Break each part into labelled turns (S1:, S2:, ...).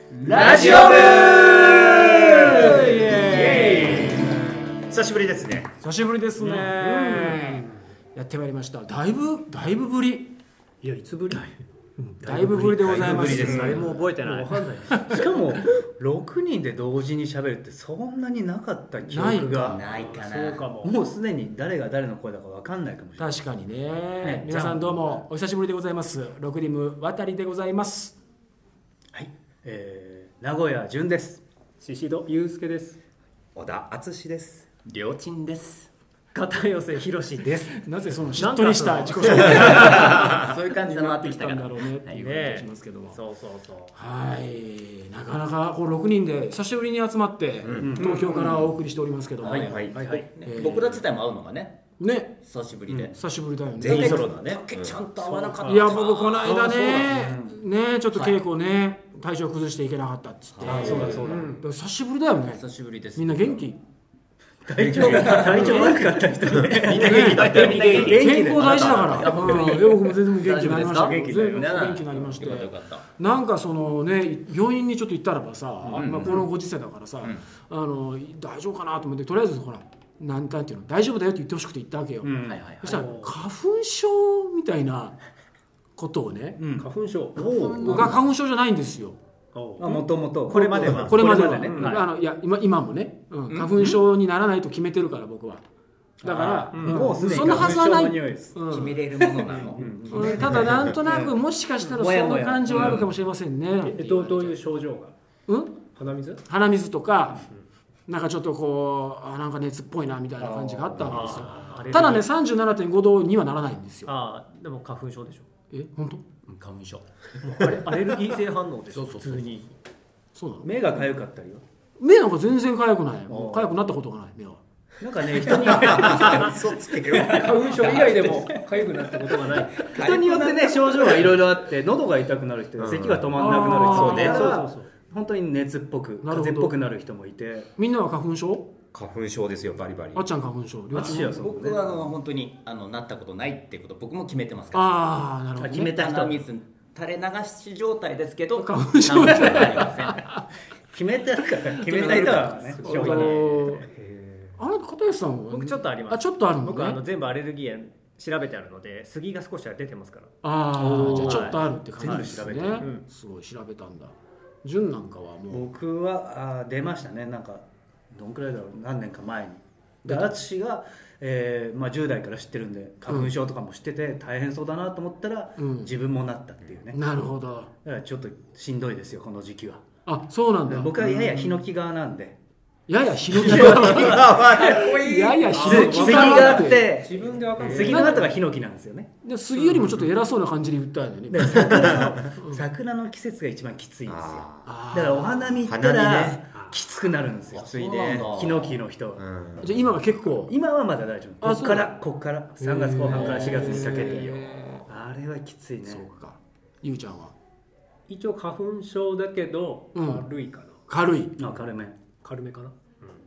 S1: ジオ部
S2: イエーイ久しぶりですね
S1: 久しぶりですね、やってまいりましただいぶだいぶぶり
S3: いやいつぶり
S1: だいぶぶりでございます
S2: だいぶぶりです
S3: 誰も覚えてない
S2: わかんないしかも6人で同時に喋るってそんなになかった記憶が
S4: ないか
S3: そう
S4: な
S3: かも
S2: もうすでに誰が誰の声だかわかんないかもしれない
S1: 確かにね皆さんどうもお久しぶりでございますロクリム渡りでございます
S2: はい、えー、名古屋純です
S3: シシドユウスケです
S4: 小田敦ですりょうちんです
S3: 片寄せひろしです
S1: なぜそのしっとりした自己紹介
S4: そういう感じで回ってきたか
S1: んだ
S4: ら
S1: ろうねっていう感じがしますけども、
S3: そうそうそ
S1: はいなかなかこう6人で久しぶりに集まって東京からお送りしておりますけども、
S4: はいはい
S3: はいはい
S4: ね僕ら自体も会うのがね
S1: ね
S4: 久しぶりで
S1: 久しぶりだよね
S4: 全員
S1: い
S4: 揃うのはねちゃんと会わなかった
S1: や僕この間ねねちょっと稽古ね、体調崩していけなかったっつって、そうだそうだ、久しぶりだよね
S4: 久しぶりです
S1: みんな元気
S2: 体調が体調悪かった人ね
S4: みんな元気だったよみんな元気
S1: 健康大事だから、うん、で僕も全然元気になりました
S4: 大丈夫ですか
S1: 全然 元気になりまして
S4: よかったよかった
S1: なんかそのね病院にちょっと行ったらばさ、まあ、このご時世だからさ、あの大丈夫かなと思ってとりあえずほらなんなんていうの大丈夫だよって言ってほしくて言ったわけよ、
S2: ん
S4: はいはいはい
S1: そしたら花粉症みたいなことをね、
S2: うん
S3: 花粉症
S1: 僕は花粉症じゃないんですよ
S3: お
S2: もともとこれまでは
S1: これまでは
S2: ね、
S1: ね、
S2: はい
S1: あのいや今今もね、うん、花粉症にならないと決めてるから僕はだから、
S2: うん
S1: うん
S2: もうすでに
S1: そんなはずはない
S2: 花粉症の匂いです
S1: うん
S4: 決めれるものなの
S1: うんただなんとなくもしかしたらそ
S4: もやも
S1: の
S4: や
S1: 感じはあるかもしれませんね。
S3: えどうどういう症状が
S1: うん、
S3: 鼻水
S1: 鼻水とかなんかちょっとこうあなんか熱っぽいなみたいな感じがあったわけですよ。
S3: あー
S1: ただね37.5度にはならないんですよ。
S3: あーでも花粉症でしょ
S1: え本当
S4: 花粉症
S3: もうあれアレルギー性反応でしょ普通に
S1: そうなの
S2: 目が痒かったりよ
S1: 目なんか全然痒くないもう痒くなったことがない目は。
S2: なんかね人に人
S4: 嘘つけよ
S3: 花粉症以外でも痒くなったことが ない
S2: によってね症状がいろいろあって喉が痛くなる人咳が止まらなくなる人
S1: あー
S2: いたら
S3: そうねそうそうそう
S2: 本当に熱っぽく
S1: なる
S2: 風
S1: ほど
S2: 邪っぽくなる人もいて
S1: みんなは花粉症
S5: 花粉症ですよバリバリ
S1: あっちゃん花粉症両
S2: 私はそ
S4: 僕はあの本当にあのなったことないってこと僕も決めてますから
S1: ああなるほど、ね。
S2: 決めた人
S4: 鼻水垂れ流し状態ですけど
S1: 花粉症
S4: 花粉症はありません
S2: 決めてるから決めた人だからね
S3: そう
S2: しょう
S1: あ
S2: がない
S1: のあれ片吉さんは
S3: 僕ちょっとあります
S1: あちょっとあるのね。
S3: 僕あの全部アレルギー炎調べてあるので杉が少しは出てますから
S1: ああじゃあちょっとあるって感じですね、
S2: 全部調べて
S3: うん
S1: すごい調べたんだ潤なんかはもう
S2: 僕はあー出ましたねなんかどんくらいだろう何年か前にで淳が、えーまあ、10代から知ってるんで花粉症とかも知ってて大変そうだなと思ったら、
S1: うん
S2: 自分もなったっていうね
S1: なるほど
S2: だからちょっとしんどいですよこの時期は
S1: あそうなんだ
S2: 僕はややヒノキ側なんで
S1: ややひどき がややひどき
S2: 杉があって
S3: 自分でわかんない
S2: 杉の後がヒノキなんですよね
S1: で杉よりもちょっと偉そうな感じで言ったよね、
S2: だから桜の桜の季節が一番きついんですよ
S1: あ
S2: だ
S1: ー
S2: からお花見行ったら、
S5: 花見
S2: きつくなるんですよ
S4: きついね
S2: ヒノキの人は、
S5: うん
S1: じゃあ今が結構
S2: 今はまだ大丈夫
S1: あ
S2: こっ
S1: そう
S2: からこっから3月後半から4月にかけてよ
S1: へ
S2: あれはきついね
S1: ーそうかゆうちゃんは
S3: 一応花粉症だけど
S1: うん
S3: 軽いかな
S1: 軽い
S2: あ軽め
S3: 軽めかな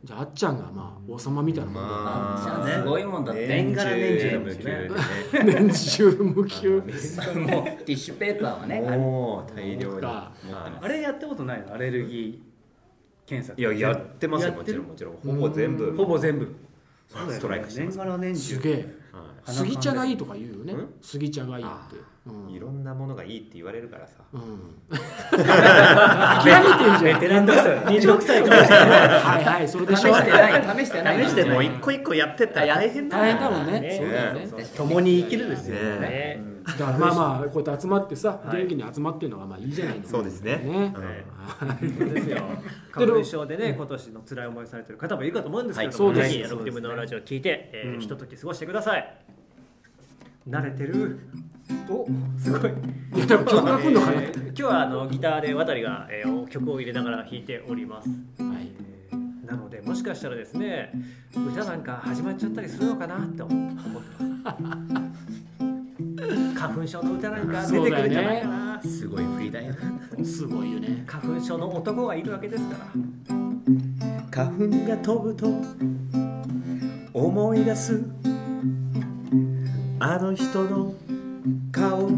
S1: じゃああっちゃんがまあ王様みたいなもんだな、
S4: あーじゃあすごいもんだって
S2: 年がら年中
S5: 無休
S2: ね
S5: で
S1: 年中無休
S4: もうティッシュペーパーは
S5: ね
S4: ね
S5: もう大量に持って
S1: あ
S5: ま
S2: あれやったことないのアレルギー検査
S5: すいややってますよもちろん
S2: やっ
S5: もちろんほぼ全部
S2: てるほぼ全部
S5: そうだよねストライクしてま
S2: 年
S5: す
S2: がら年
S1: す
S2: 中
S1: げえ
S5: は
S1: 杉茶がいいとか言うよね
S5: うん
S1: 杉茶がいいってう
S5: い
S1: ん
S5: いろんなものがいいって言われるからさ
S1: うん 諦めてんじゃん
S2: ベテランだったら26歳かもしれない
S1: はいはい、それで
S4: 試
S1: しょ。
S4: してない試してない
S2: 試してない
S4: もう
S5: 一個一個やってったら大変
S1: 大変だもんね。そうだよね
S5: ね。
S2: 共に生きるですよね
S3: ね
S1: だからまあまあ、こうやって集まってさ、元気に集まってるのがまあいいじゃないの。
S5: そうですね
S1: ね
S5: うん
S3: ねそうですよ花粉症でね今年の辛い思いされてる方もいるかと思うんですけれど
S1: は
S3: も
S1: いそうで
S3: ぜ
S1: す
S3: ひロクティブのラジオを聞いてえーひととき過ごしてください慣れてるおすごい
S1: いや、多分曲が来るのかな。は
S3: えー今日はあのギターで渡りがえー曲を入れながら弾いております
S1: い。
S3: なのでもしかしたらですね歌なんか始まっちゃったりするのかなと思ってます花粉症の歌なんか出てくるんじゃないかな、
S4: すごい振りだよ
S1: すごいよね。
S3: 花粉症の男がいるわけですから
S5: 花粉が飛ぶと思い出すあの人の顔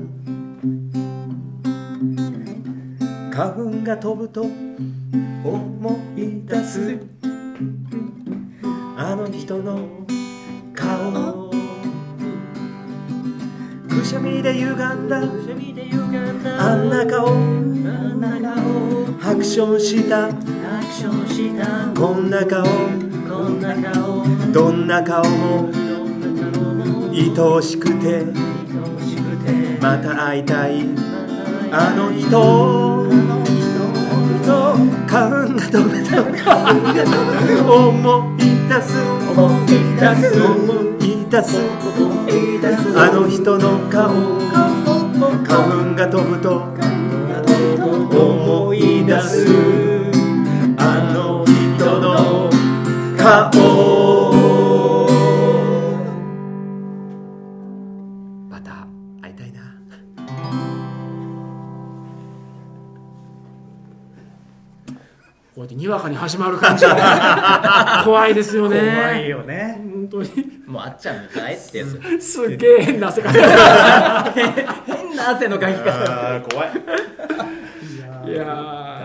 S5: 花粉が飛ぶと思い出すあの人の顔くしゃみで歪んだあんな顔ハクションしたこんな顔どんな顔も愛おしくてまた会いたいあの人花粉が飛ぶと思い出す思い出す思い出すあの人の顔花粉が飛ぶと思い出すあの人の顔また会いたいな
S1: こうやってにわかに始まる感じが怖いですよね
S6: 怖いよね
S1: 本当に
S2: もうあっちゃん迎えってやつ
S1: すっげえ変な汗かいてる
S2: 変な汗のかき方
S5: あ怖い
S1: いや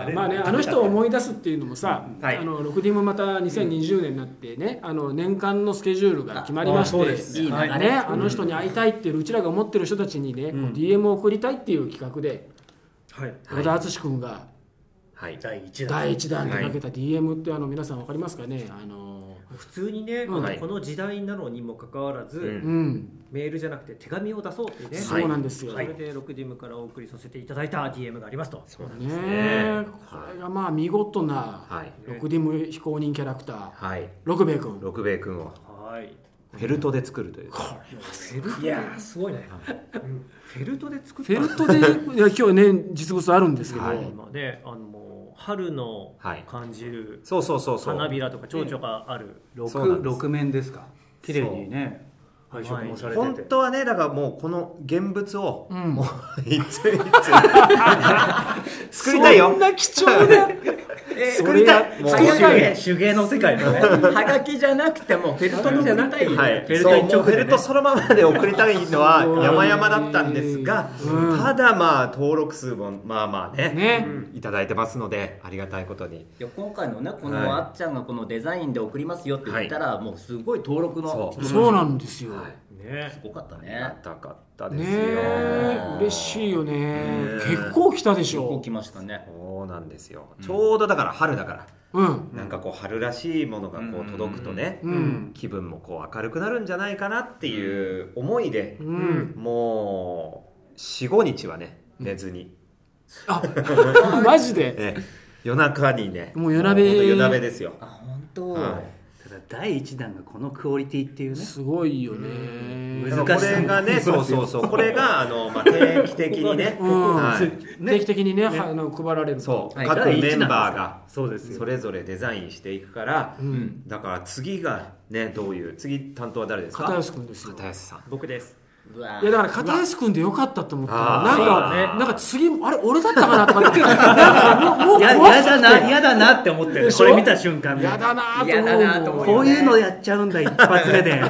S1: ーまあねあの人を思い出すっていうのもさ、
S3: はい
S1: あのロクディもまた2020年になってね、あの年間のスケジュールが決まりまして
S6: あそうです
S1: いいなんかね、あの人に会いたいっていううちらが思ってる人たちにね、こう DM を送りたいっていう企画で
S6: はい
S1: 和田敦君が
S5: はい
S6: 第1弾
S1: 第1弾でかけた DM ってあの皆さん分かりますかねあの
S3: 普通にね、
S1: うん
S5: はい
S3: この時代なのにもかかわらず、
S5: うん
S1: うん、
S3: メールじゃなくて手紙を出そうっていうね、
S1: そうなんですよ、
S3: それで6 d ムからお送りさせていただいた DM がありますと
S5: そうなん
S1: ね
S5: です
S1: え
S5: ね
S1: これがまあ見事な、
S5: はい
S1: ロクディム非公認キャラクター
S5: はい
S1: 六兵衛君
S5: 六兵衛君を
S3: はい
S5: フェルトで作るという
S3: いやーすごいね、うんフェルトで作っ
S1: フ
S3: た
S1: ェルトでいや今日ね実物あるんですけど、
S5: はい
S3: 今ねあのもう春の
S5: はい
S3: 感じる
S5: そうそうそうそう
S3: 花びらとか蝶々がある、
S5: そうな
S6: 6
S5: んです
S6: 六面ですか綺麗にね配色もされ
S5: 本
S6: てて
S5: 当はねだからもうこの現物を、
S1: うん
S5: もう一つ一つ 作りたいよ
S1: そんな貴重な
S5: 作りた
S1: それが
S5: いもう
S1: 作りたい
S6: 手芸手芸の世界のね
S2: はがきじゃなくてもうフェルトのじゃなくても
S5: はい、
S6: フェルト
S5: そう
S6: 一
S5: もう
S6: 直
S5: フ
S6: でね
S5: ェルトそのままで送りたいのは
S1: すごい
S5: 山々だったんですが、
S1: うん
S5: ただまあ登録数もまあまあね
S1: ね
S5: いただいてますのでありがたいことに
S2: いや今回のねこ
S5: はい
S2: のあっちゃんがこのデザインで送りますよって言ったら、もうすごい登録の
S5: そう
S2: 人
S1: そうなんですよ、
S5: はい
S2: すごかった
S5: あ
S2: ね
S5: ったかったで
S1: ね
S5: すよ、
S1: え嬉しいよね結構来たでし
S2: 結構
S1: ょ
S2: 来ましたね
S5: そうなんですよ、ちょうどだから春だから
S1: うん
S5: なんかこう春らしいものがこう届くとね、
S1: うん
S5: 気分もこう明るくなるんじゃないかなっていう思いで
S1: う、ん、
S5: もう45日はね寝ずに、
S1: あマジで
S5: ええ夜中にね
S1: もう夜なべ
S5: ほんと夜なべですよ、
S2: あ本当、
S5: は
S6: ただ第1弾がこのクオリティっていうね
S1: すごいよね、
S5: い、
S6: ん
S5: だ
S6: 難しい
S5: か らこれがねそうそうそうこれがあの、まあ、定期的にね、
S1: うん
S5: はい、
S1: 定期的にねはあの配られる
S5: そう、
S2: はい
S5: 各
S6: 第一
S5: メンバー
S6: な
S5: が
S6: んですよそうですよ
S5: それぞれデザインしていくから、
S1: ん
S5: だから次がねどういう次担当は誰ですか
S1: 片寄君ですよ
S5: 片寄さん
S3: 僕です
S2: うわ
S1: いやだから片安君でよかったと思ったら
S5: あー
S1: なんか、
S5: そうだね
S1: なんか次もあれ俺だったかなとかってなんかもうもう
S6: や
S1: 怖
S6: や
S1: すぎ
S6: だ
S1: て
S6: なやだなって思ってる
S1: でし
S6: こ
S1: ょ
S6: れ見た瞬間ね
S1: やだな
S2: やだな
S1: ーと
S2: と
S1: 思
S2: 思
S1: う
S6: こ
S1: も
S2: う
S6: ういうのやっちゃうんだ一発 目で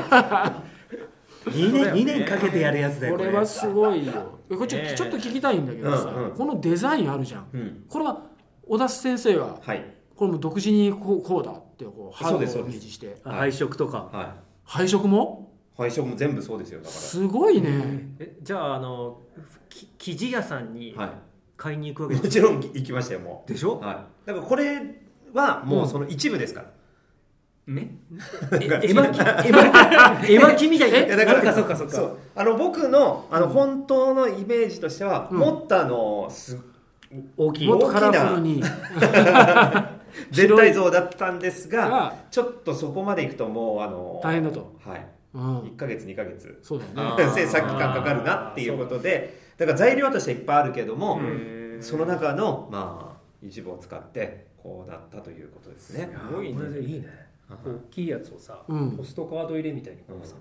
S6: 2年二年かけてやるやつだ
S1: う
S6: よ
S1: これはすごいよえこれちょ
S3: ねえ
S1: ちょっと聞きたいんだけどさ、
S5: うんうん
S1: このデザインあるじゃん、
S5: うん
S1: これは小田先生は
S5: はい
S1: これも独自にこうこうだってこう肌
S5: そう
S1: をイメ
S5: ですそうです
S1: ージして
S6: あ配色とか
S5: は
S1: 配色も
S5: い配色も全部そうですよだか
S1: すごいね、
S3: えじゃああのき生地屋さんに
S5: ら、
S3: 買いに行くわ
S5: はい、
S3: け
S5: も
S3: です
S5: ちろん行きましたよもう
S3: でしょ
S5: はい、だからこれはもうその一部ですから、
S3: ねえ絵巻き絵巻き絵巻きみたい
S5: い
S3: に
S5: やだから
S6: そっかそっかそっか
S5: うあの僕のあの本当のイメージとしては、もっとあのす
S6: 大きい
S1: もっとカラフルに
S5: 絶対像だったんです
S1: が
S5: がちょっとそこまでいくともうあの
S1: 大変だと、
S5: はい、
S1: うん
S5: 1、か月2か月
S1: そうだよね
S2: あ ー
S5: 制作期間かかるなっていうことでだから材料としていっぱいあるけどもその中のまあ一部を使ってこうなったということですね
S3: すごいねこれいいね大きいやつをさ、
S1: うん
S3: ポストカード入れみたいにこうさ、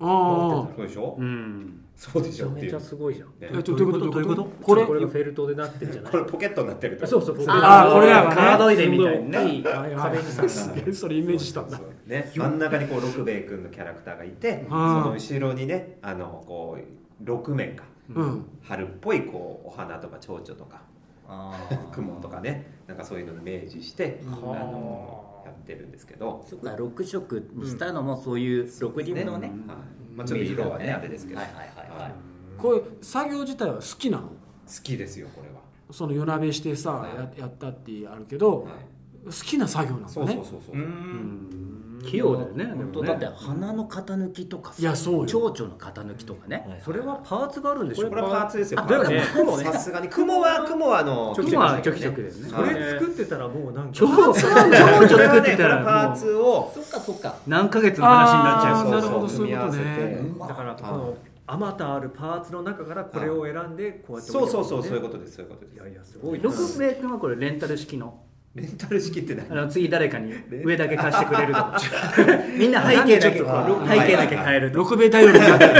S1: ああ
S5: そうでしょ、
S6: うん
S5: そうで
S3: め
S5: し
S3: ちゃ
S5: ょって
S3: め
S5: い
S3: ちゃ
S5: う
S3: すごいじゃん
S5: ね
S1: えっとどういうこと
S6: どういうこと
S1: これ
S3: これがフェルトでなってるじゃない
S5: これポケットになってると
S3: そうそうそう
S1: あーこれだよね
S6: カード入れみたいにね
S3: すごい大きい壁にさ
S1: すげえそれイメージしたんだ
S5: そうそうね、真ん中にこう六兵衛君のキャラクターがいて、そ
S1: あー
S5: の後ろにねあのこう六面か
S1: うん
S5: 春っぽいこうお花とか蝶々とか
S2: あ
S5: クモとかねなんかそういうのに明示してあのやってるんですけど
S2: そっか6色にしたのもそういう6人のね、
S5: はいまあ、ちょっと色はねあれですけど、
S2: はいはいはいはい
S1: これ作業自体は好きなの
S5: 好きですよこれは、
S1: その夜なべしてさ、ややったってあるけど、
S5: はい
S1: 好きな作業なんだね
S5: そうそうそうそう、
S7: 器用だよねでも
S3: 本当
S7: ね
S3: だって鼻の型抜きとかさ
S1: いやそうよ
S3: 蝶々の型抜きとかね
S2: そ
S3: そ
S2: れ
S3: れはパーツがあるんでし
S5: こ
S3: ょ
S5: れこれはパーツですよ。
S3: あだよね
S5: パーツさすがに雲は雲はあの
S7: 雲はチョキチョキですね
S5: は
S3: こ
S5: い
S3: れ作ってたらもうなんか
S7: 蝶々
S5: これ
S7: 作
S5: は
S7: っ
S5: ね
S7: て
S5: こ
S7: た
S5: れはパー
S7: らもう
S5: ツを
S2: そっかそっか
S7: 何ヶ月の話になっち
S1: あ
S7: ゃ
S1: ー
S7: い
S1: な
S5: そ
S1: る
S5: う
S1: ほ
S5: そ
S1: どそう
S5: う組
S1: い
S5: み
S1: う
S5: 合
S1: こと
S5: わせ
S1: ね
S5: て
S3: だからこのあまたあるパーツの中からこれを選んでこうやって
S5: そうそうそうそういう
S3: こ
S5: ことですそういうことです
S3: いやいやすごいな
S7: 六兵衛君はこれレンタル式の
S5: レンタル式って
S7: あ
S5: 何
S7: の次誰かに上だけ貸してくれるとか みんな背景だけ背
S5: なんでちょっと
S7: 景だけ変えるとか
S1: 六兵衛頼りになってる、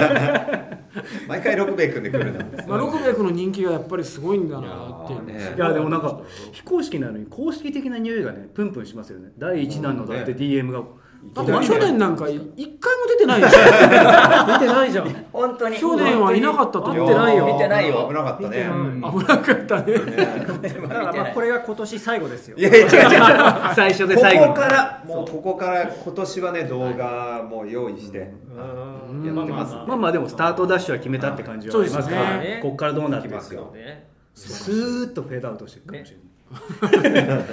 S5: 毎回六兵衛君で来るなんで す
S1: まあ、六兵衛君の人気がやっぱりすごいんだなっていう
S5: いやーね
S7: いやでもなんか非公式なのに公式的な匂いがねプンプンしますよね第一弾のだって DM が
S1: だって去年なんかい一回も出てないでしょ
S7: 見てないじゃん
S2: 本当に
S1: 去年はいなかったと
S5: いや
S1: 思
S5: ー
S1: ってないよ
S2: 見てないよ
S5: 危なかったねうん
S1: 危なかったね
S3: だからまあこれが今年最後ですよ
S5: いやいや違う違う
S7: 最初で
S5: こ
S7: 最後
S5: こからもうここから今年はね動画もう用意して
S3: うん
S5: やってます
S7: まあまあでもスタートダッシュは決めたって感じは
S1: そ
S7: あ
S1: うで
S7: り
S1: すね
S7: ますからここからどうなっていくか
S5: いきますよ
S3: ね
S7: スーッとフェードアウトしていくかもし
S1: どう
S7: れない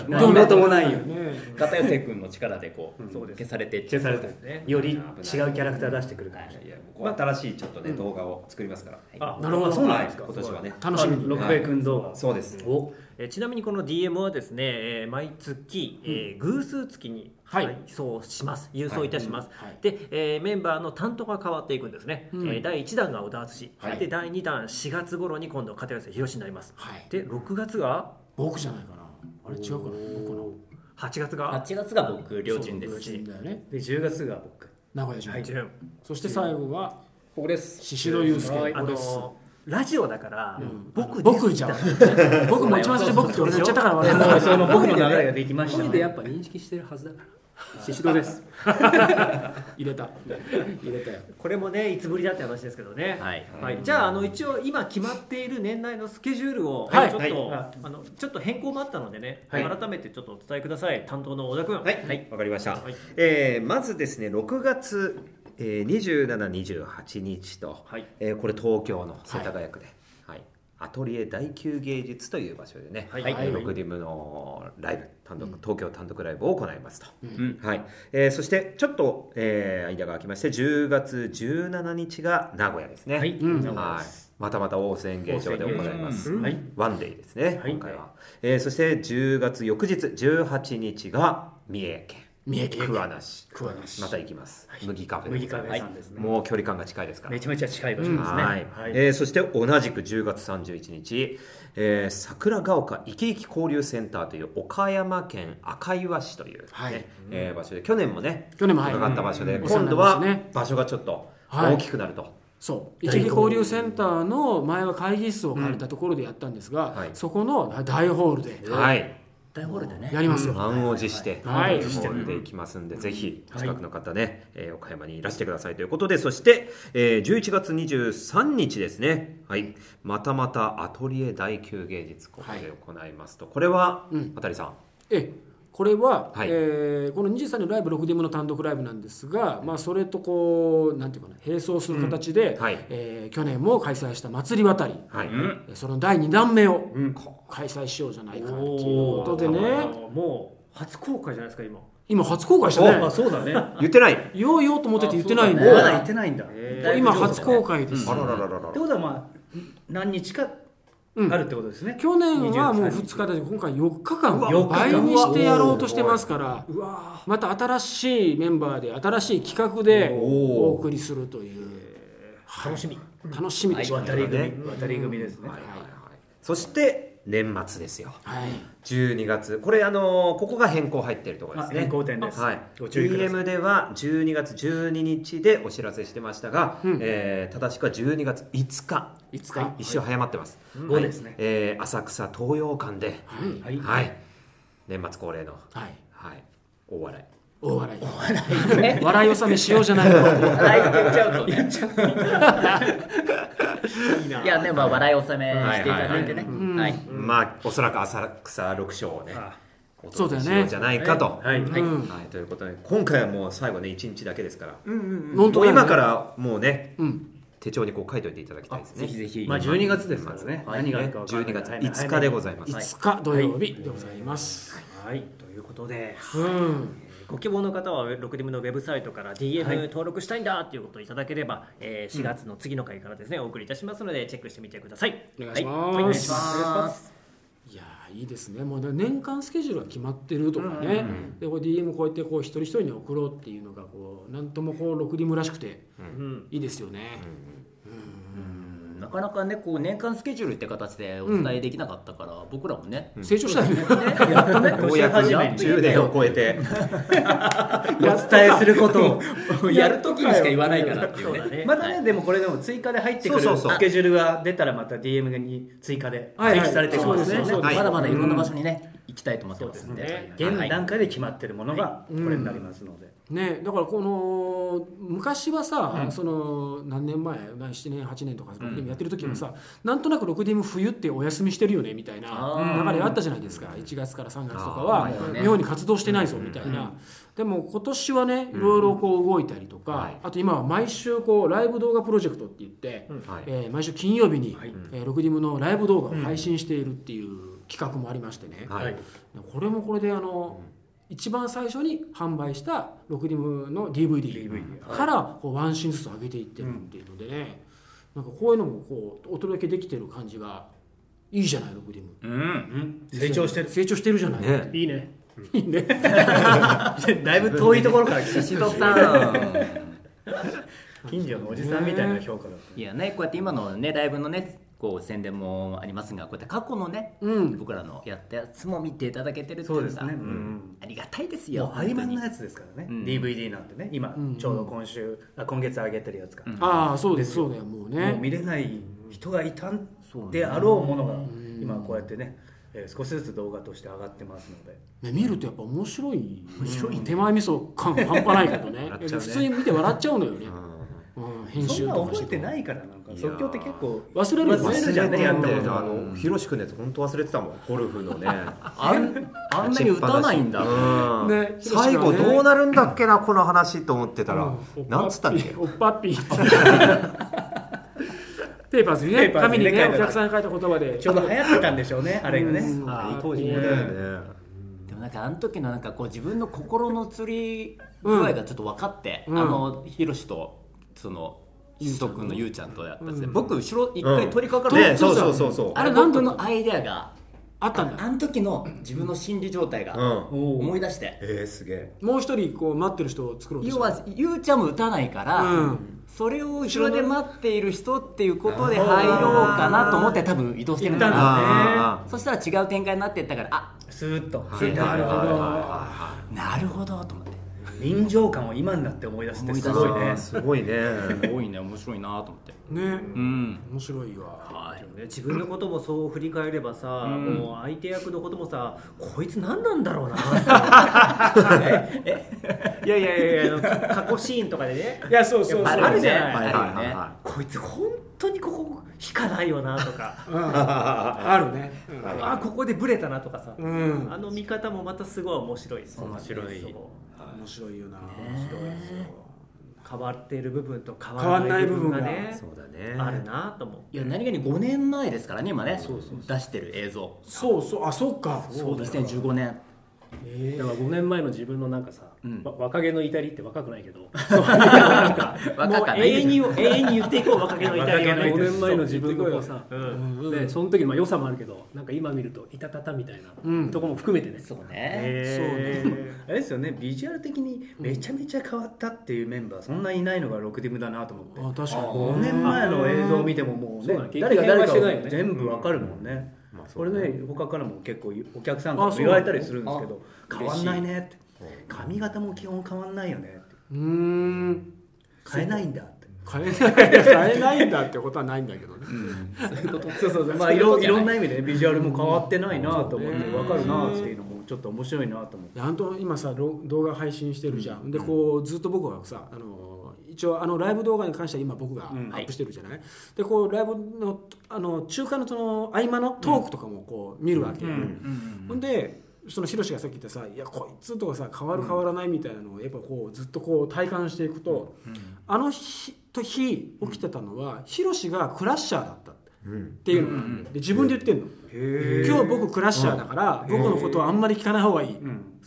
S7: 何
S1: なる
S7: 事もないように
S2: 片寄君の力でこう
S3: そうです
S2: 消されていっちゃ
S7: 消
S2: う
S7: されて
S3: ね
S7: より違うキャラクター出してくるかもしれない
S5: いやもう新しいちょっとね動画を作りますから
S3: あ
S1: なるほど
S7: そうなんですか
S5: はい今年はね
S1: 楽しみに
S7: 六兵衛君動画
S5: そうです
S7: お
S3: えーちなみにこの DM はですね、えー毎月、えー偶数月に
S1: はい
S3: 配送します、郵送いたします、
S1: はいはい
S3: で、えーメンバーの担当が変わっていくんですね、
S1: うん
S3: えー第1弾が小田敦、
S2: はい
S3: で第2弾4月頃に今度片寄せ広志になります
S1: はい
S3: で6月が
S1: 僕じゃないかなあれ違うかな僕の
S3: 8月が
S2: 8月が僕両親です
S1: 両親だよね
S7: で10月が僕
S1: 名古屋じゃ
S3: 順
S1: そして最後が
S2: 僕です
S1: 宍戸祐介
S3: あ
S1: 俺
S3: の
S1: っす
S3: ーラジオだから、僕です
S1: 僕じゃん僕も一番最初僕って俺が言っちゃったから
S7: もうその僕の流れ
S1: 入
S7: ができましたね
S8: でやっぱ認識してるはずだから
S7: 宍戸です
S1: れた入れたよ
S3: これもねいつぶりだって話ですけどね、
S2: はい
S3: じゃああの一応今決まっている年内のスケジュールをちょ
S1: はい
S3: っと、
S5: は
S3: あのちょっと変更もあったのでね、
S5: はい
S3: 改めてちょっとお伝えください担当の小田君
S5: はい、はい、わかりました。
S3: はい
S5: えーまずですね、6月、えー、27、28日と、
S3: はい
S5: えーこれ東京の世田谷区で、はいアトリエ第九芸術という場所でね、
S3: はい
S5: えーロクディムのライブ単独、東京単独ライブを行いますと、
S2: ん
S5: はいえーそしてちょっと、えー間が空きまして10月17日が名古屋ですね、はいまたまた大仙芸場で行います、
S7: はい
S5: ワンデイですね、今回は、えーそして10月翌日18日が三重県
S1: 三重県
S5: 桑名市
S1: 桑名市
S5: また行きます、麦カフェ
S7: 麦カフェさんですね
S5: もう距離感が近いですから
S7: めちゃめちゃ近い場所ですね
S5: はい
S7: はい
S5: えーそして同じく10月31日、えー桜ヶ丘いきいき交流センターという岡山県赤岩市というね、
S1: はい
S5: えー場所で去年もね
S1: 去年もはい
S5: 伺った場所で、
S1: うん
S5: 今度
S1: お
S5: は
S1: 世話になりましたね
S5: 場所がちょっと
S1: はい
S5: 大きくなると、
S1: そう一撃交流センターの前は会議室を借りたところでやったんですが、
S5: うんはい
S1: そこの大ホールで
S5: はい
S2: 大ホールでね
S1: やりますよ、
S5: 満を持して、
S1: はい
S5: 満を持してでいきますんで、ぜひ近くの方ね、えー岡山にいらしてくださいということで、そして、えー11月23日ですね、はい、またまたアトリエ第9芸術ここで行いますと、これは、あたりさん、
S1: ええこれは、
S5: はい
S1: えーこの23のライブ6デモの単独ライブなんですが、まあ、それとこうなんていうかな並走する形で、
S5: うんはい
S1: えー去年も開催した祭り渡り
S5: はい、
S1: その第2弾目を
S5: うん
S1: 開催しようじゃないかっていう
S3: お
S1: こ
S3: ー
S1: とでね
S3: もう初公開じゃないですか今
S1: 今初公開したね
S7: あそうだね
S5: 言ってない、
S1: 言おう言おうと思ってて言ってないん
S7: ま
S1: で、
S7: だ行ってないんだ
S1: 今初公開です、
S5: あららららら
S7: ってことはまあ何日か
S1: うん
S7: あるってことですね、
S1: 去年はもう2日だし今回4日間
S7: うわ
S1: 倍にしてやろうとしてますからまた新しいメンバーで新しい企画で
S5: おー
S1: お送りするという楽しみ楽しみでしょうね
S7: 渡り組、
S5: ね
S7: 渡り組ですね、
S5: はいはいはい、そして年末ですよ、
S1: はい
S5: 12月これあのーここが変更入ってるところですね
S7: あ変更点です
S5: はい、
S7: ご注意くださ
S5: DM では12月12日でお知らせしてましたが、えー正しくは12月5日
S1: 5日
S5: 一週早まってます、
S7: そうですね
S5: えー浅草東洋館で
S1: は
S5: はい、年末恒例の、
S1: はい
S5: はい、大笑い
S1: 大笑い 笑い納めしようじゃないか
S2: はい行っちゃうとね いやでも笑い納めしていただいてね
S1: いはい
S2: はい
S5: まあおそらく浅草六章をね
S7: あ
S5: お
S1: そうだ
S5: 届
S1: よね
S5: けしようじゃないかと
S7: はい
S1: うんうん
S5: はい、ということで今回はもう最後ね一日だけですから、
S1: 本
S5: も
S1: 当
S5: う
S1: だよね
S5: 今からもうね
S1: うん
S5: 手帳にこう書いておいていただきたいですね
S2: ぜひぜひ
S7: まあ12月ですからね、
S5: はい
S7: 何があるかわからない
S5: 12月5日でございます、
S1: 5日土曜日でございます、
S3: はいということで
S1: うん
S3: ご希望の方は6デムのウェブサイトから DM 登録したいんだっていうことをいただければ、えー4月の次の回からですねお送りいたしますのでチェックしてみてください。
S1: お願いします、
S3: はいお願いします。
S1: いやーいいですねもうね年間スケジュールが決まってるとかね、でこう DM こうやってこう一人一人に送ろうっていうのがこうなんともこう六リムらしくて
S3: うん
S1: いいですよね、
S2: なかなかねこう年間スケジュールって形でお伝えできなかったから、僕らもね、
S1: 成長したよね、
S5: 公約10年を超えて
S7: お伝えすることを
S2: やるときにしか言わないからっていう
S3: そうだ
S2: ね
S3: ね。
S7: またね、でもこれでも追加で入ってくる
S5: そうそうそう
S7: スケジュールが出たらまた DM に追加で
S1: はい
S7: 追
S1: はい
S7: 記されてき
S2: そう
S7: ま
S2: ですす
S7: ね、
S2: ね。
S5: はい
S2: まだまだいろんな場所にね、行きたいと思ってますんで。
S3: そうで
S7: 現段
S2: はい
S7: 階で決まってるものがこれになりますので、
S1: ねだからこの昔はさ、その何年前まあ7年8年とか6年やってる時はさ、なんとなく6年も冬ってお休みしてるよねみたいな
S2: あ
S1: 流れあったじゃないですか1月から3月とか
S2: あ
S1: は
S2: ーはい
S1: 妙に活動してないぞみたいな。でも今年はねいろいろこう動いたりとか、
S5: はい
S1: あと今は毎週こうライブ動画プロジェクトって言って、
S5: はい
S1: えー毎週金曜日に、えー、ロクディムのライブ動画を配信しているっていう企画もありましてね、
S5: はい
S1: これもこれであの、一番最初に販売したロクリムの DVD からこうワンシーンずつ上げていってるっていうのでね、なんかこういうのもこうお届けできてる感じがいいじゃないロクリム
S2: うん。
S7: 成長してる
S1: 成長してるじゃない、
S5: ね
S7: いいね
S1: いいね
S7: だいぶ遠いところから来
S2: シ
S7: た
S2: トさん。
S7: 近所のおじさんみたいな評価だっ
S2: いやね、こうやって今のね、ライブのね、こう宣伝もありますが、こうやって過去のね、
S1: うん
S2: 僕らのやったやつも見ていただけてるって
S7: そ
S2: いうう
S7: で
S2: の
S7: す
S2: が、
S7: ね、うん
S2: ありがたいです
S7: いや
S2: よ。
S7: もうアイマン
S2: 本
S7: のやつですからね、
S2: うん
S7: DVD なんてね今、
S1: うん
S7: ちょうど今週あ今月上げてるやつか、
S2: うん
S1: ああそうですそうだよもう
S7: もう
S1: ね
S7: 見れない人がいたん
S2: そうね
S7: であろうものが今こうやってね、えー少しずつ動画として上がってますので
S1: ね見るとやっぱ面白い手前味噌感半端ないけどね
S5: 笑っちゃうね
S1: 普通に見て笑っちゃうのよね
S5: う、
S1: うん、編
S7: そん
S1: 集
S7: な
S1: とかし
S7: 覚
S1: て
S7: えてないからなんか
S5: いやー
S7: 即興って結構
S1: 忘れるよ
S5: ん、忘
S7: じゃ
S5: れ
S7: ん
S5: て
S7: ね
S5: や
S7: や
S5: っ
S7: った
S5: こ
S7: たことと
S5: あのひろしくんのやつ本当忘れてたもんゴルフのね
S2: あん、あんなに歌わないんだ。
S5: うん
S1: ねひろしくんはね
S5: 最後どうなるんだっけなこの話と思ってたら、
S1: うん
S5: なんつったんだっけ
S1: おっぱっぴーってペーパーズにね
S7: ペーパー
S1: 紙
S7: ズに
S1: に
S7: ね
S1: ねお客さんが書いた言葉で
S7: ちょうど流行ってたんでしょうねあれがね、
S1: うん
S7: あー
S1: 当時
S5: ね
S1: ね
S2: でもなんかあの時のなんかこう自分の心の釣り具合がちょっと分かって、
S1: うん
S2: あのヒロシとそのひずと君のゆうちゃんとやったやつで、
S1: うん
S2: 僕後ろ一回取り掛かる、
S5: ねそうそうそうそう
S2: あれ
S1: なんと
S2: 僕のアイデアが
S1: あったんだ
S2: あの時の自分の心理状態が
S5: うん
S2: 思い出して、
S5: えー、すげえ
S1: もう一人こう待ってる人を作ろうとし
S2: 要
S1: た
S2: はゆうちゃんも打たないから、
S1: うん
S2: それを後ろで待っている人っていうことで入ろうかなと思って多分移動してるんだ
S7: 行ったん
S2: な
S7: だ
S5: あ
S2: そしたら違う展開になっていったからあ
S7: スーッと、
S5: ーはいはいはいは
S2: なるほどと思って
S7: 臨場感を今になって思い出すってすごい
S5: いはいあ
S7: ね
S5: ーすごいね
S2: すごいね面白いなと思って
S1: ね
S2: うん
S1: 面白いわ
S2: はい
S3: でもね自分のこともそう振り返ればさ、もう相手役のこともさこいつ何なんだろうなっていやいやいやいやあの過去シーンとかでね
S1: いやそうそう
S3: あ
S1: そう
S3: るじゃない
S5: はいはいはいは
S3: こいつ本当にここ引かないよなとか
S1: あるね
S3: あここでブレたなとかさ、
S1: うん
S3: あの見方もまたすごい面白いです
S2: 面白い
S3: そう
S1: 面白いよな
S3: 面白いですよ変わってる部分と変
S1: 変わ
S3: わ
S1: ん
S3: ら
S1: な
S3: ないい
S1: 部
S3: 部
S1: 分
S3: 分
S1: が
S3: が
S5: い
S3: ね
S5: そうだね
S3: あるなと思う
S2: いや何気に5年前ですからね今ね出してる映像
S1: そうそうあそっか
S2: そう2015年
S9: だから5年前の自分のなんかさ、
S2: うん
S9: わ若気の至りって若くないけど
S2: 若かった
S3: 永遠
S2: ね
S3: に永遠に言っていこ う若気の至りはね
S9: 5年前の自分のこうさ、
S3: うん
S9: でその時の良さもあるけどなんか今見るといたたたみたいな、
S1: うん
S9: とこも含めてね
S2: そうね
S7: あれですよねビジュアル的にめちゃめちゃ変わったっていうメンバーそんないないのがロクディムだなと思って
S1: あ確かに
S7: 5年前の映像を見てももうね
S9: そうだね
S7: 誰が
S9: 激変
S7: 誰か
S9: はしてないよ
S7: を
S9: ね
S7: 全部わかるもんね、これね他からも結構お客さんから
S1: あ
S7: も
S1: そう
S7: 言われたりするんですけど
S2: あ
S7: 変わんないねって髪型も基本変わんないよねって
S1: うーん
S7: 変えないんだって
S1: 変えない変えないんだってことはないんだけどね
S7: そうそうそうまあいろいろんな意味でねビジュアルも変わってないなと思ってわかるなっていうのももちょっと面白いなと思って
S1: で本当今さろ動画配信してるじゃん、でこうずっと僕はさあの一応あのライブ動画に関しては今僕がア
S7: ん
S1: ップしてるじゃない、でこうライブのあの中間のその合間のトークとかもこう見るわけ、ほんでそのヒロシがさっき言ったさ「いやこいつ」とかさ変わる変わらないみたいなのをやっぱこうずっとこう体感していくと、あの日と日起きてたのはヒロシがクラッシャーだったっていうのが、で自分で言ってんの。今日僕クラッシャーだから僕のことはあんまり聞かない方がいいっ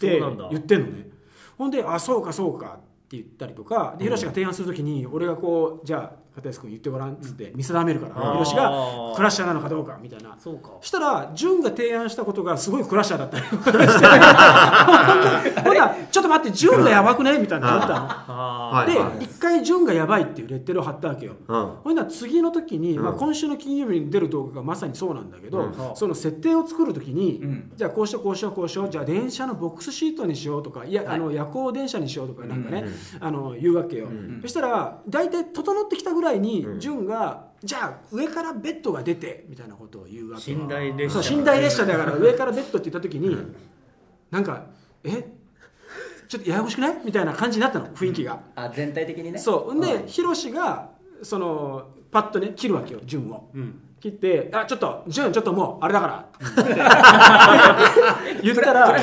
S1: て
S3: そうなんだ
S1: 言ってんのねほんで「あそうかそうか」って言ったりとかでヒロシが提案するときに俺がこう「じゃあ片安君言ってごらん」っつって見定めるからヒロシがクラッシャーなのかどうかみたいな
S3: そうか
S1: したら潤が提案したことがすごいクラッシャーだ ったりとかしてほんならちょっと待って潤がやばくねみたいになったの。
S3: あ
S5: はい
S1: で
S5: はい
S1: 一回潤がやばいっていうレッテルを貼ったわけよ、
S5: うん
S1: ほんなら次の時に、
S5: ん
S1: まあ、今週の金曜日に出る動画がまさにそうなんだけど、
S5: う
S1: その設定を作る時に、
S8: ん
S1: じゃあこうしようこうしようこうしようじゃあ電車のボックスシートにしようとかいや、あの夜行電車にしようとかなんかね、あの言うわけよ、そしたら大体整ってきたぐらいに潤が、じゃあ上からベッドが出てみたいなことを言うわけよ
S7: 寝台列
S1: そ
S7: 車
S1: う寝台列車だから上からベッドって言った時に、なんかえちょっとややこしくないみたいな感じになったの雰囲気が。
S2: あ全体的にね
S1: そうほんでヒロシがそのパッとね切るわけよ順を、切って「あちょっと順ちょっともうあれだから」言ったら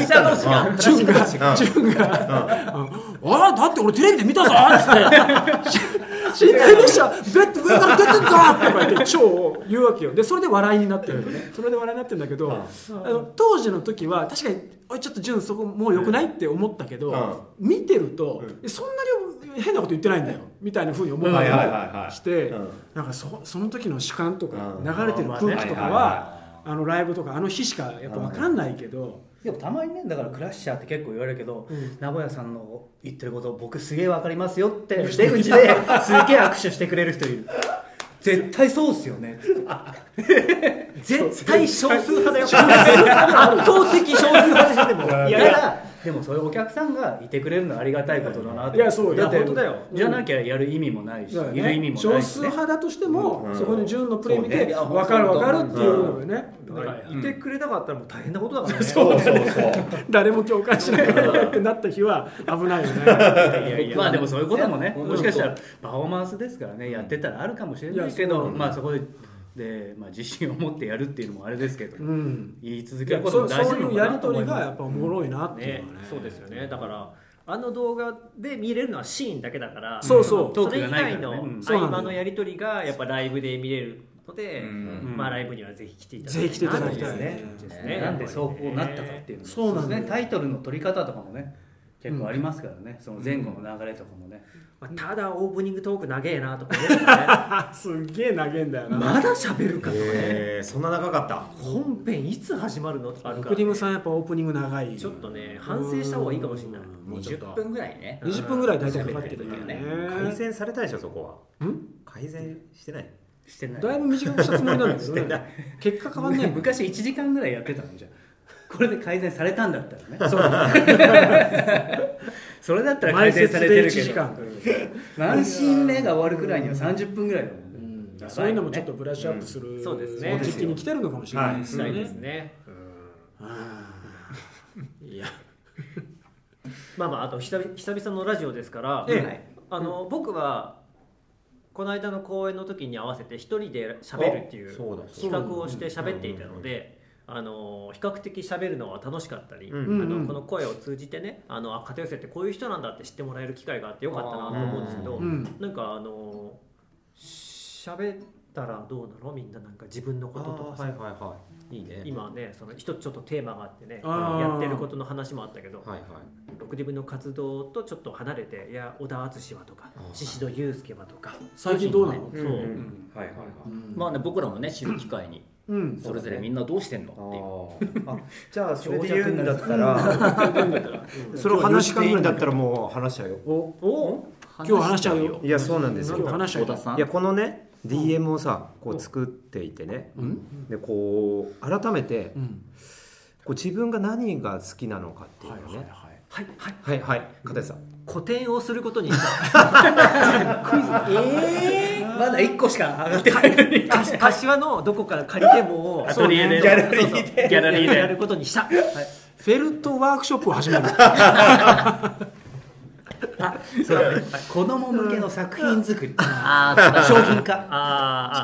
S1: 順が順が「うんあだって俺テレビで見たぞ」っつって「寝台列車ベッド上から出てんぞ!」とか言って超言うわけよでそれで笑いになってるのねそれで笑いになってるんだけどあの当時の時は確かに「おいちょっと順そこもうよくない?」って思ったけど見てるとそんなに変なこと言ってないんだよみたいなふうに思う
S5: はいはいはいはい
S1: して、
S5: うん
S1: なんかそその時の主観とか
S5: うん
S1: 流れてる空気とか
S5: まあまあねはいはい
S1: はあのライブとかあの日しかやっぱ分かんないけど、
S7: でもたまにねだからクラッシャーって結構言われるけど、
S1: うん
S7: 名古屋さんの言ってること僕すげえわかりますよって出口ですげえ握手してくれる人いる絶対そうっすよね絶対少数派 だよ圧倒的少数派でしょでも いやでもそういうお客さんがいてくれるのはありがたいことだなと
S1: いやそうよ
S7: だって
S1: 本当だ
S7: よじゃなきゃやる意味もないし、
S1: だから
S7: いる意味もな
S1: 少
S7: いし、
S1: 数
S7: ね、
S1: 派だとしても、
S5: うん
S1: そこで純のプレイ見
S2: そう
S1: て、
S2: ねいや
S1: 分かる分かるっていうのよね、
S3: あだからいてくれなかったらもう大変なことだから ね
S5: そうそうそう
S1: 誰も共感しないってなった日は危ないよね
S7: いやいやまあでもそういうこともね、
S2: うん
S7: もしかしたらパフォーマンスですからね、やってたらあるかもしれない
S1: い
S7: け
S1: や
S7: ど、
S1: そう
S7: まあそこでで、まあ、自信を持ってやるっていうのもあれですけ
S1: う
S7: ど、
S1: ん
S7: 言い続
S1: い
S7: け
S1: や
S7: ること
S1: そ
S7: も
S1: う
S7: 大事
S1: そ
S7: な
S1: うい
S7: の
S1: う
S7: か
S1: や
S7: な
S1: り
S7: と
S1: 取
S7: 思い
S1: りがや
S7: ま
S1: っぱおもろいなっていう
S3: ね
S1: のはね、
S3: そうですよねだからあの動画で見れるのはシーンだけだから
S1: そうそう
S7: ト
S3: れ
S7: ーク
S3: 以
S7: がない
S3: 外
S7: からね
S3: の
S7: うん
S1: そうな
S3: 合
S1: の
S3: 間のやり取りがやっぱライブで見れるので、まあ、ライブにはぜひ来ていただきたい
S1: ぜひ来ていただきたい
S7: すね
S3: です
S7: す
S3: ね。
S7: なんでそうこうなったかっていうのも
S1: そうなんだよ
S7: ですねタイトルの取り方とかもね結構ありますからね、その前後の流れとかもね、
S3: まあ、ただオープニングトーク長えなとか思うよね
S1: あ すっげえ投げんだよな、
S3: まだ喋るかとかね
S5: えーそんな長かった
S3: 本編いつ始まるのとかある
S1: ク
S3: か
S1: リ
S3: ら
S1: ームさんやっぱオープニング長い
S3: ちょっとね反省した方がいいかもしれない
S1: もうちょっと
S2: 20分ぐらいね
S1: 20分ぐらい大体かかってるよね
S5: 改善されたでしょそこは
S1: ん
S5: 改善してない
S7: してない
S1: だいぶ短くしたつもりなんだけどね結果変わんないもん
S7: 昔1時間ぐらいやってたのじゃんこれで改善されたんだったらねそう それだったら改善されてるけ
S1: 毎節で1時
S7: ど
S1: 間
S7: 何進目が終わるくらいには30分ぐらいだもんね、長いね
S1: そういうのもちょっとブラッシュアップする、
S3: んそうですね
S1: 時期に来てるのかもしれないです
S3: した
S1: ね。
S3: いですね。
S1: あーいや、
S3: まあまああと久々久々のラジオですから、
S1: ええ
S3: はいあの僕はこの間の公演の時に合わせて一人で喋るってい
S5: あ
S3: う
S5: そうだ
S3: 企画をして喋っていたので。あの比較的喋るのは楽しかったり、
S5: うん
S3: あ
S1: うん
S3: のこの声を通じてねあのあ片寄せってこういう人なんだって知ってもらえる機会があってよかったなと思うんですけど、
S1: うん
S3: なんかあの喋ったらどうなのみんななんか自分のこととかさ、
S5: はいはいはいいいね
S3: 今ねその一つちょっとテーマがあってね
S1: あー
S3: やってることの話もあったけど、
S5: はいはい
S3: ロクディブの活動とちょっと離れていや小田敦はとか
S5: あ
S3: 宍戸祐介はとか
S1: 最近どうなの？
S3: そう、
S5: うんうんはいはいはい
S2: まあね僕らもね知る機会に
S1: うん、
S2: それぞれみんなどうしてんのっていう
S5: あーあじゃあ それで言うんだったらそれを話しかけるんだったらもう話しちゃうよ
S3: お
S1: 今日話しちゃうよ。
S5: いやそうなんですよ
S1: 今日話しちゃう
S2: 小田
S1: よ。
S2: さん
S5: いやこのね DM をさこう作っていてね、でこう改めて
S1: うん、
S5: こう自分が何が好きなのかっていうのね
S3: はいはい
S5: はいはい片井さん
S3: 個展をすることにした
S7: まだ1個しか上がってないのに
S3: か柏のどこから借りても
S7: アトリエで
S3: そうそうギャラリーでやることにした、はい
S1: フェルトワークショップを始める
S7: 子供向けの作品作り
S2: あー
S7: 商品化
S3: あー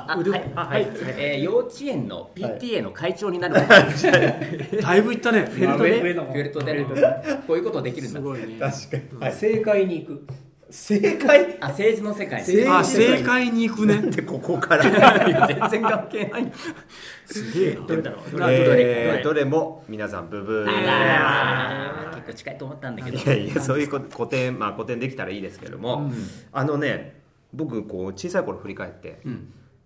S3: あ
S2: あ
S1: 腕を
S2: はい、えー幼稚園の PTA の会長になることにして
S1: だいぶいったねフェルト
S9: 上
S1: ね
S9: の方
S2: フェルトでこういうことできるんだ
S1: すごいね
S7: 確かに、はい、
S9: 正解に行く
S7: 正解
S2: あ政治の世界
S7: 政
S1: あ正解に行く ね
S5: でここから、
S2: 全然関係ない
S1: すげえな
S3: どれだろう
S1: どれ
S5: えー
S2: どれ
S5: どれも皆さんブブー
S2: あー結構近いと思ったんだけど
S5: いやいやそういうこと古典まあ古典できたらいいですけれども、あのね僕こう小さい頃振り返って、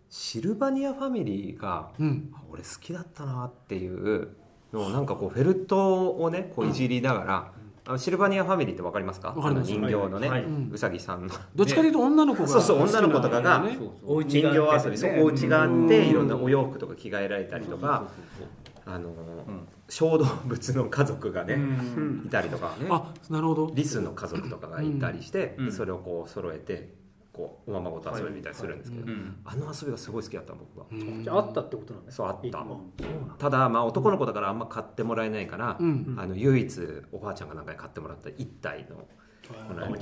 S5: シルバニアファミリーが、
S1: うん
S5: あ俺好きだったなっていうのをなんかこうフェルトをねこういじりながら、あのシルバニアファミリーってわかりますか
S1: わかります
S5: あの人形のね、
S3: はい
S5: うんうさぎさんの
S1: どっちかというと女の子が
S5: そうそう
S1: 好きな
S5: 女の子とかが
S1: のね
S5: お人形遊びそうお家があっていろんなお洋服とか着替えられたりとかあのー小動物の家族がねいたりとか
S1: あなるほど
S5: リスの家族とかがいたりして
S2: うん
S5: それをこう揃えてこうおままごと遊びみたいにするんですけど
S2: うん
S5: あの遊びがすごい好きだったの僕は
S1: うん
S9: じゃああったってことなんです
S5: そうあった
S9: そうなん
S5: ただまあ男の子だからあんま買ってもらえないから
S1: うん
S5: あの唯一おばあちゃんがなんかに買ってもらった一体のこのなんか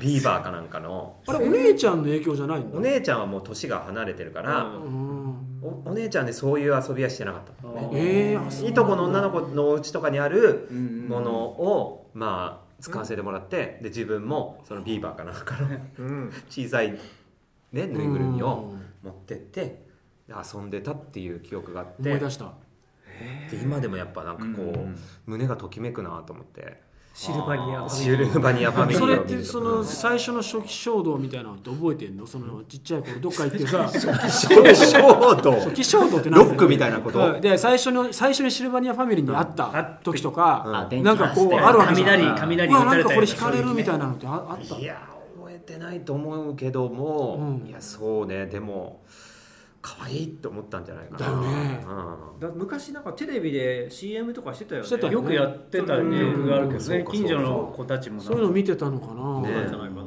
S5: ビーバーかなんかの
S1: あれお姉ちゃんの影響じゃないんだ
S5: お姉ちゃんはもう年が離れてるから
S1: うん
S5: おお姉ちゃんねそういう遊びはしてなかったのね
S1: えーあそう
S5: いとこの女の子のお家とかにある
S2: うん
S5: ものを、まあ使わせてもらって、で自分もそのビーバーかなんかの小さい、ね、ぬいぐるみを持ってって遊んでたっていう記憶があって
S1: 思い出した
S5: で今でもやっぱなんかこう、
S2: うん
S5: 胸がときめくなと思って
S9: シルバニア
S5: シルバニアファミリー
S1: そ
S5: を見
S1: れ
S5: る
S1: っ
S5: と
S1: てそ の最初の初期衝動みたいなのって覚えてんのそのちっちゃい頃どっか行って さ
S5: 衝動
S1: 初期衝動って
S5: ロックみたいなこと
S1: うんで最初の最初にシルバニアファミリーに会った時とか
S2: あ、電気
S1: なんかこう
S2: 走って
S1: あるわけじゃん
S3: 雷雷
S1: うわ
S3: 打た
S1: なん
S3: れ
S1: か
S3: た
S1: こ
S3: よ
S1: れ
S3: うな
S1: 惹かれるみたいなのってああった
S5: いや覚えてないと思うけども、
S1: うん
S5: いやそうねでも可愛いって思ったんじゃないかな
S1: だよね
S3: だ昔なんかテレビで CM とかしてたよね
S1: してたよね
S3: よくやってた記憶があるけど
S5: そう
S3: ね
S5: かそう
S3: 近所
S5: か
S3: の子たちもなんか
S1: そういうの見てたのか
S5: う
S1: な、
S5: んね
S3: そうなんじゃないか
S5: う
S3: へ
S5: ん、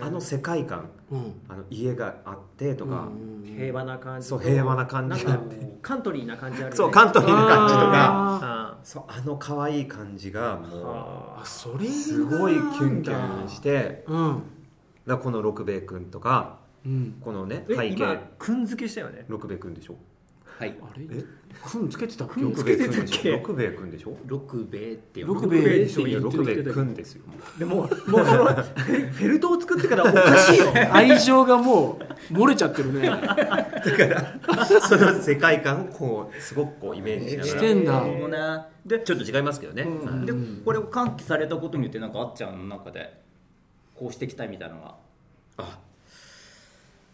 S3: ー
S5: あの世界観
S1: うん
S5: あの家があってとか、
S3: 平和な感じと
S5: そう平和な感じがあ
S3: な
S5: っ
S3: んか
S5: て
S3: カントリーな感じあるよね
S5: そうカントリーな感じとか
S1: あ
S3: あ
S5: そうあの可愛い感じが
S3: ー
S5: も
S3: あ
S1: あそれ
S5: うすごいキュンキュンしてて
S1: うん
S5: だからこの六兵衛君とか
S1: うん
S5: このね
S3: ー
S5: 背
S3: え今
S5: 景
S3: くん付けしたよね
S5: 六兵衛君でしょ
S2: はい
S1: あれ
S5: え
S1: くんつけてたっけ
S5: 六兵衛君で
S3: つけてたっ
S5: し
S3: け
S5: ょ六兵衛君でしょ
S2: 六兵衛って
S1: 六兵衛
S5: いや六兵衛君ですよ
S3: でももうそのフェフェルトを作ってからおかしいよ
S1: 愛情がもう漏れちゃってるね
S5: その世界観をこうすごくこうイメージしな
S1: し
S5: がら
S1: てんだ
S2: もな
S5: でちょっと違いますけどね、はい
S2: でこれを喚起されたことによってなんかあっちゃんの中でこうしていきたいみたいなのが
S5: あ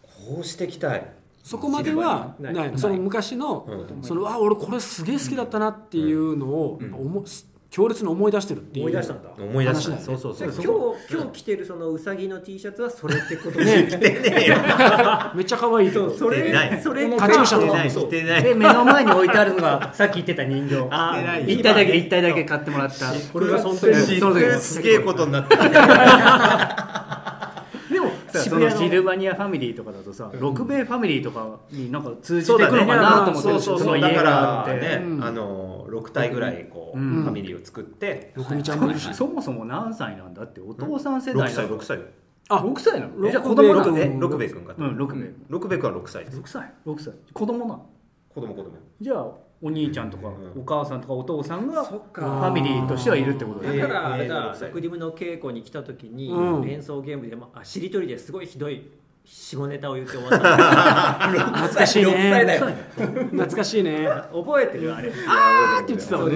S5: こうしていきたい
S1: そこまではない
S3: ない
S1: その昔の、
S5: う
S1: そのあ俺これすげえ好きだったなっていうのを、思強烈に思い出してるっていう
S3: 思い出したんだ
S5: 思い出し
S1: 話だ
S5: た、
S1: よね
S5: そうそうそう
S3: 今日
S5: そう
S3: 今日着てるそのうさぎの T シャツはそれってこと
S1: ね
S3: で
S1: 着てねえ めっちゃ可愛いけど
S3: そうそ
S5: 着てない
S3: れそれ
S1: カチューシャと
S5: 着て
S1: か
S5: ない着てない
S7: で目の前に置いてあるのがさっき言ってた人形
S5: 着てないよ
S7: 一体だけ一体だけ買ってもらった
S9: これがその時
S5: 私服すげえことになってる
S7: でも渋谷のシルバニアファミリーとかだとさ六兵衛ファミリーとかになんか通じ
S5: そ
S7: て
S5: う
S7: く
S5: だね
S7: のかなと思って
S5: そう
S7: る
S5: そう
S7: そ
S5: そ
S7: の
S5: うだ
S7: 家
S5: か
S7: があ
S5: ら
S7: って
S5: ね、
S1: うん
S5: あの6体ぐらいこう、
S7: うん
S5: ファミリーを作って
S1: ろくみちゃんもいるし
S7: そもそも何歳なんだってお父さん世
S5: 6
S7: 代な
S5: 歳
S7: の
S5: 6歳
S1: あ
S7: 6歳なの
S1: 六
S7: えじゃあ子供な
S1: 六
S7: の
S1: 兵衛
S5: え六兵衛君が
S7: うん六兵衛
S5: 六兵衛君は6歳です
S7: 6歳6歳子供なの
S5: 子供子供
S7: じゃあお兄ちゃんとか
S5: うん
S7: お母さんとかお父さんが
S3: そ
S7: フ
S3: っか
S7: ァミリーとしてはいるってことだ
S3: だ
S7: ね
S3: からあれだ
S5: えー
S3: ロクリムの稽古に来た時に、
S1: うん
S3: 演奏ゲームでもあしりとりですごいひどい下ネタを言って終わった
S1: 懐かしい
S2: 六歳だ
S1: ね
S2: よ
S1: 懐かしいねあ
S3: 覚えてるあれ
S1: ーって言ってたも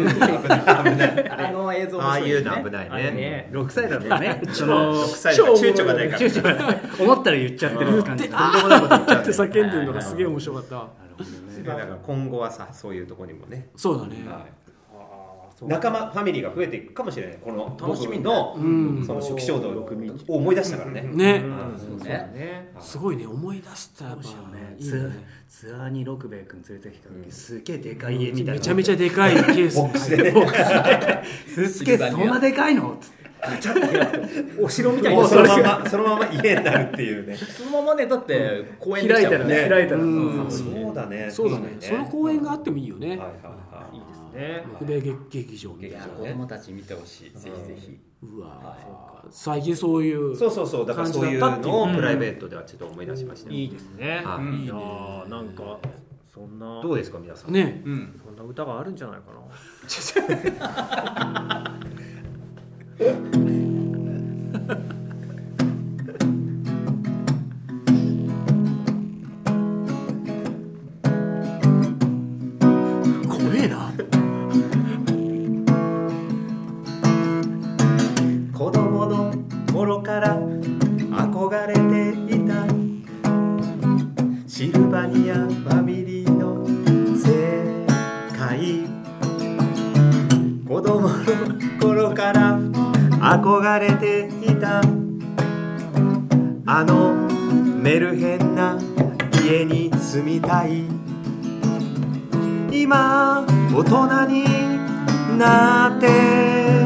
S1: んね
S2: あの映像
S5: あ
S2: 面
S5: あ
S2: 白
S5: い
S2: よ
S5: うの危ない
S3: あれ
S5: ね
S3: ね
S7: 6歳だったよねそ
S5: 6
S7: の
S5: 歳だから躊躇がないから
S7: 躊躇がない思ったら言っちゃってる感じ
S5: とんでもないこと言っちゃうね
S1: って叫んでるのがすげえ面白かった
S5: だから今後はさそういうとこにもね
S1: そうだね
S5: 仲間ファミリーが増えていくかもしれないこの楽しみの
S1: ん
S5: その初期衝動を思い出したからね
S1: ね
S5: うん
S2: そうね
S3: ね
S1: すごいね思い出したやっぱ
S7: そうね
S1: いい
S7: ツア
S1: よ
S7: ー
S1: ね
S7: ツアーに六兵衛君連れてきた時すげえでかい家みたいな
S1: めちゃめちゃでかいケースに入って
S7: すっげえそんなでかいの
S3: お城みたい
S5: もう
S3: な
S5: そのままそのまま家になるっていうね
S2: そのままねだって公園で
S7: 開
S2: き
S7: い
S2: ちゃ
S7: た
S2: うも
S7: ら
S2: ん
S7: ね
S2: ね
S7: 開いたら
S1: うん
S5: そうだね
S1: そうだねその公園があってもいいよ
S5: は
S1: ね
S5: いはいはい
S3: ね
S1: 六兵衛劇劇場みたい
S2: いや
S1: な
S2: 子供たち見てほしい、ぜひぜひ
S1: うわー最近そういう
S10: そうそうそうだからそういうのをプライベートではちょっと思い出しましたよ
S3: いいですね。
S10: はい
S3: いやーなんかそんな
S10: どうですか皆さん
S1: ね
S3: そんな歌があるんじゃないかな。
S1: 怖えな
S5: 子供の頃から憧れていたシルバニアファミリーの世界子供の頃から憧れていたあのメルヘンな家に住みたい今大人になって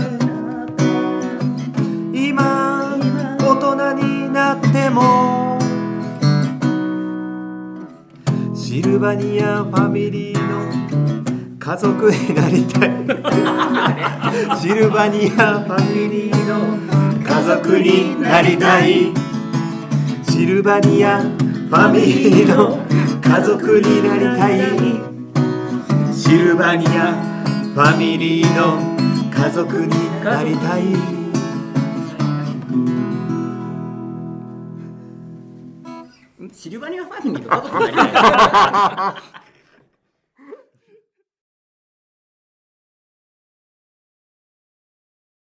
S5: 今大人になってもシルバニアファミリーの家族になりたいシルバニアファミリーの家族になりたいシルバニアファミリーの家族になりたいシルバニアファミリーの家族になりたい
S2: シルバニアファミリーとかとか